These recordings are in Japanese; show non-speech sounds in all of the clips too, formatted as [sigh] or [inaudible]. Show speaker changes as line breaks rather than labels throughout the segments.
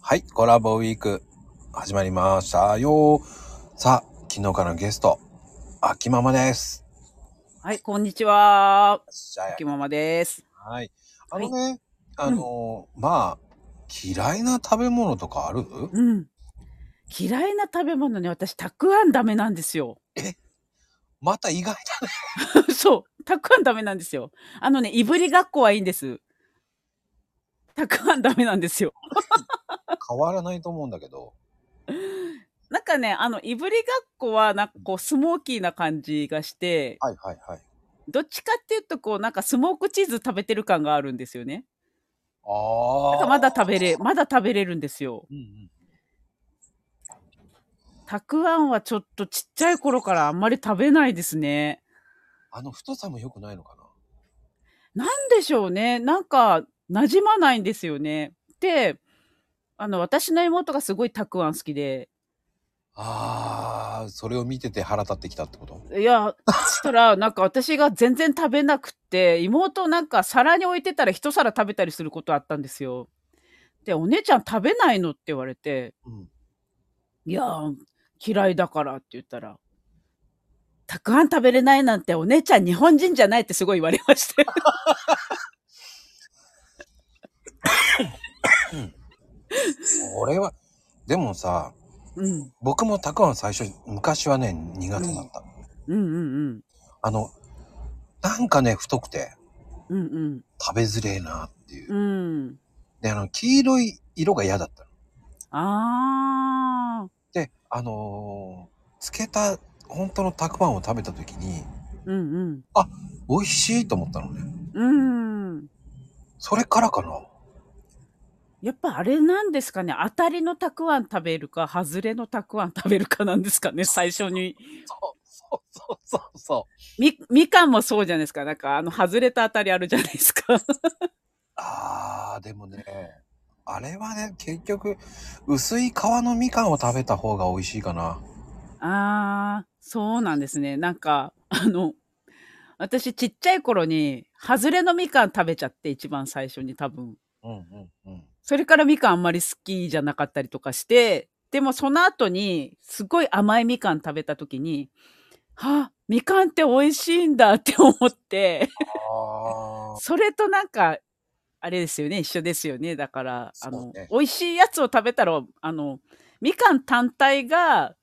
はい、コラボウィーク始まりましたよ。さあ、昨日からのゲスト、秋ママです。
はい、こんにちは。
じゃ
きままです。
あ、はい。あのね、あのー、まあ、嫌いな食べ物とかある
うん。嫌いな食べ物ね、私、たくあんダメなんですよ。 [laughs]
また意外だね。
そう、たくあんダメなんですよ。あのね、いぶりがっこはいいんです。たくあんダメなんですよ。
変わらないと思うんだけど。
なんかね、あの、いぶりがっこは、なんかこう、スモーキーな感じがして、
はいはいはい。
どっちかっていうと、こう、なんかスモークチーズ食べてる感があるんですよね。
ああ。
なんかまだ食べれ、まだ食べれるんですよ。
うんうん。
たくあんはちょっとちっちゃい頃からあんまり食べないですね。
あの太さも良くないのかな
なんでしょうね。なんか、馴染まないんですよね。で、あの、私の妹がすごいたくあん好きで、
ああ、それを見てて腹立ってきたってこと
いや、そしたら、なんか私が全然食べなくって、妹なんか皿に置いてたら一皿食べたりすることあったんですよ。で、お姉ちゃん食べないのって言われて、
うん。
いやー、嫌いだからって言ったら、たくあん食べれないなんてお姉ちゃん日本人じゃないってすごい言われました。
これは、でもさ、
うん。
僕もたくあん最初、昔はね、苦手だった。
うんうんうん。
あの、なんかね、太くて
うん
食べづれえなっていう。
うん。うん。
で、あの、黄色い色が嫌だったの。
ああ。
で、あのー、漬けた、本当のたくあんを食べた時に、
うん
美味しいと思ったのね。
うん。うん。
それからかな。
やっぱあれなんですかね。当たりのたくあん食べるか、外れのたくあん食べるかなんですかね。最初に。
そう、そう、そう、そう、そう。
[laughs] み、みかんもそうじゃないですか。なんか、あの、外れた当たりあるじゃないですか。
あー、でもね、あれはね、結局、薄い皮のみかんを食べた方が美味しいかな。
[laughs] ああ、そうなんですね。なんか、あの、私ちっちゃい頃に、外れのみかん食べちゃって、一番最初に多分。
うん、うん、うん。
それからみかんあんまり好きじゃなかったりとかして、でもその後に、すごい甘いみかん食べた時に、はあ、みかんって美味しいんだって思って、
あー。
それとなんか、あれですよね、一緒ですよね。だから、あ
そ
の
う、ね
美味しいやつを食べたら、あの、みかん単体が、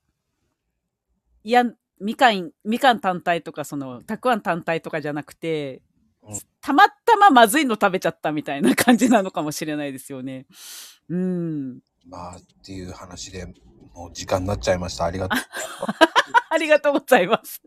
いや、みかん、みかん単体とか、その、たくあん単体とかじゃなくて
うん、
たまたままずいの食べちゃったみたいな感じなのかもしれないですよね。うん。
まあ、っていう話でもう時間になっちゃいました。ありがとう。
ありがとうございます。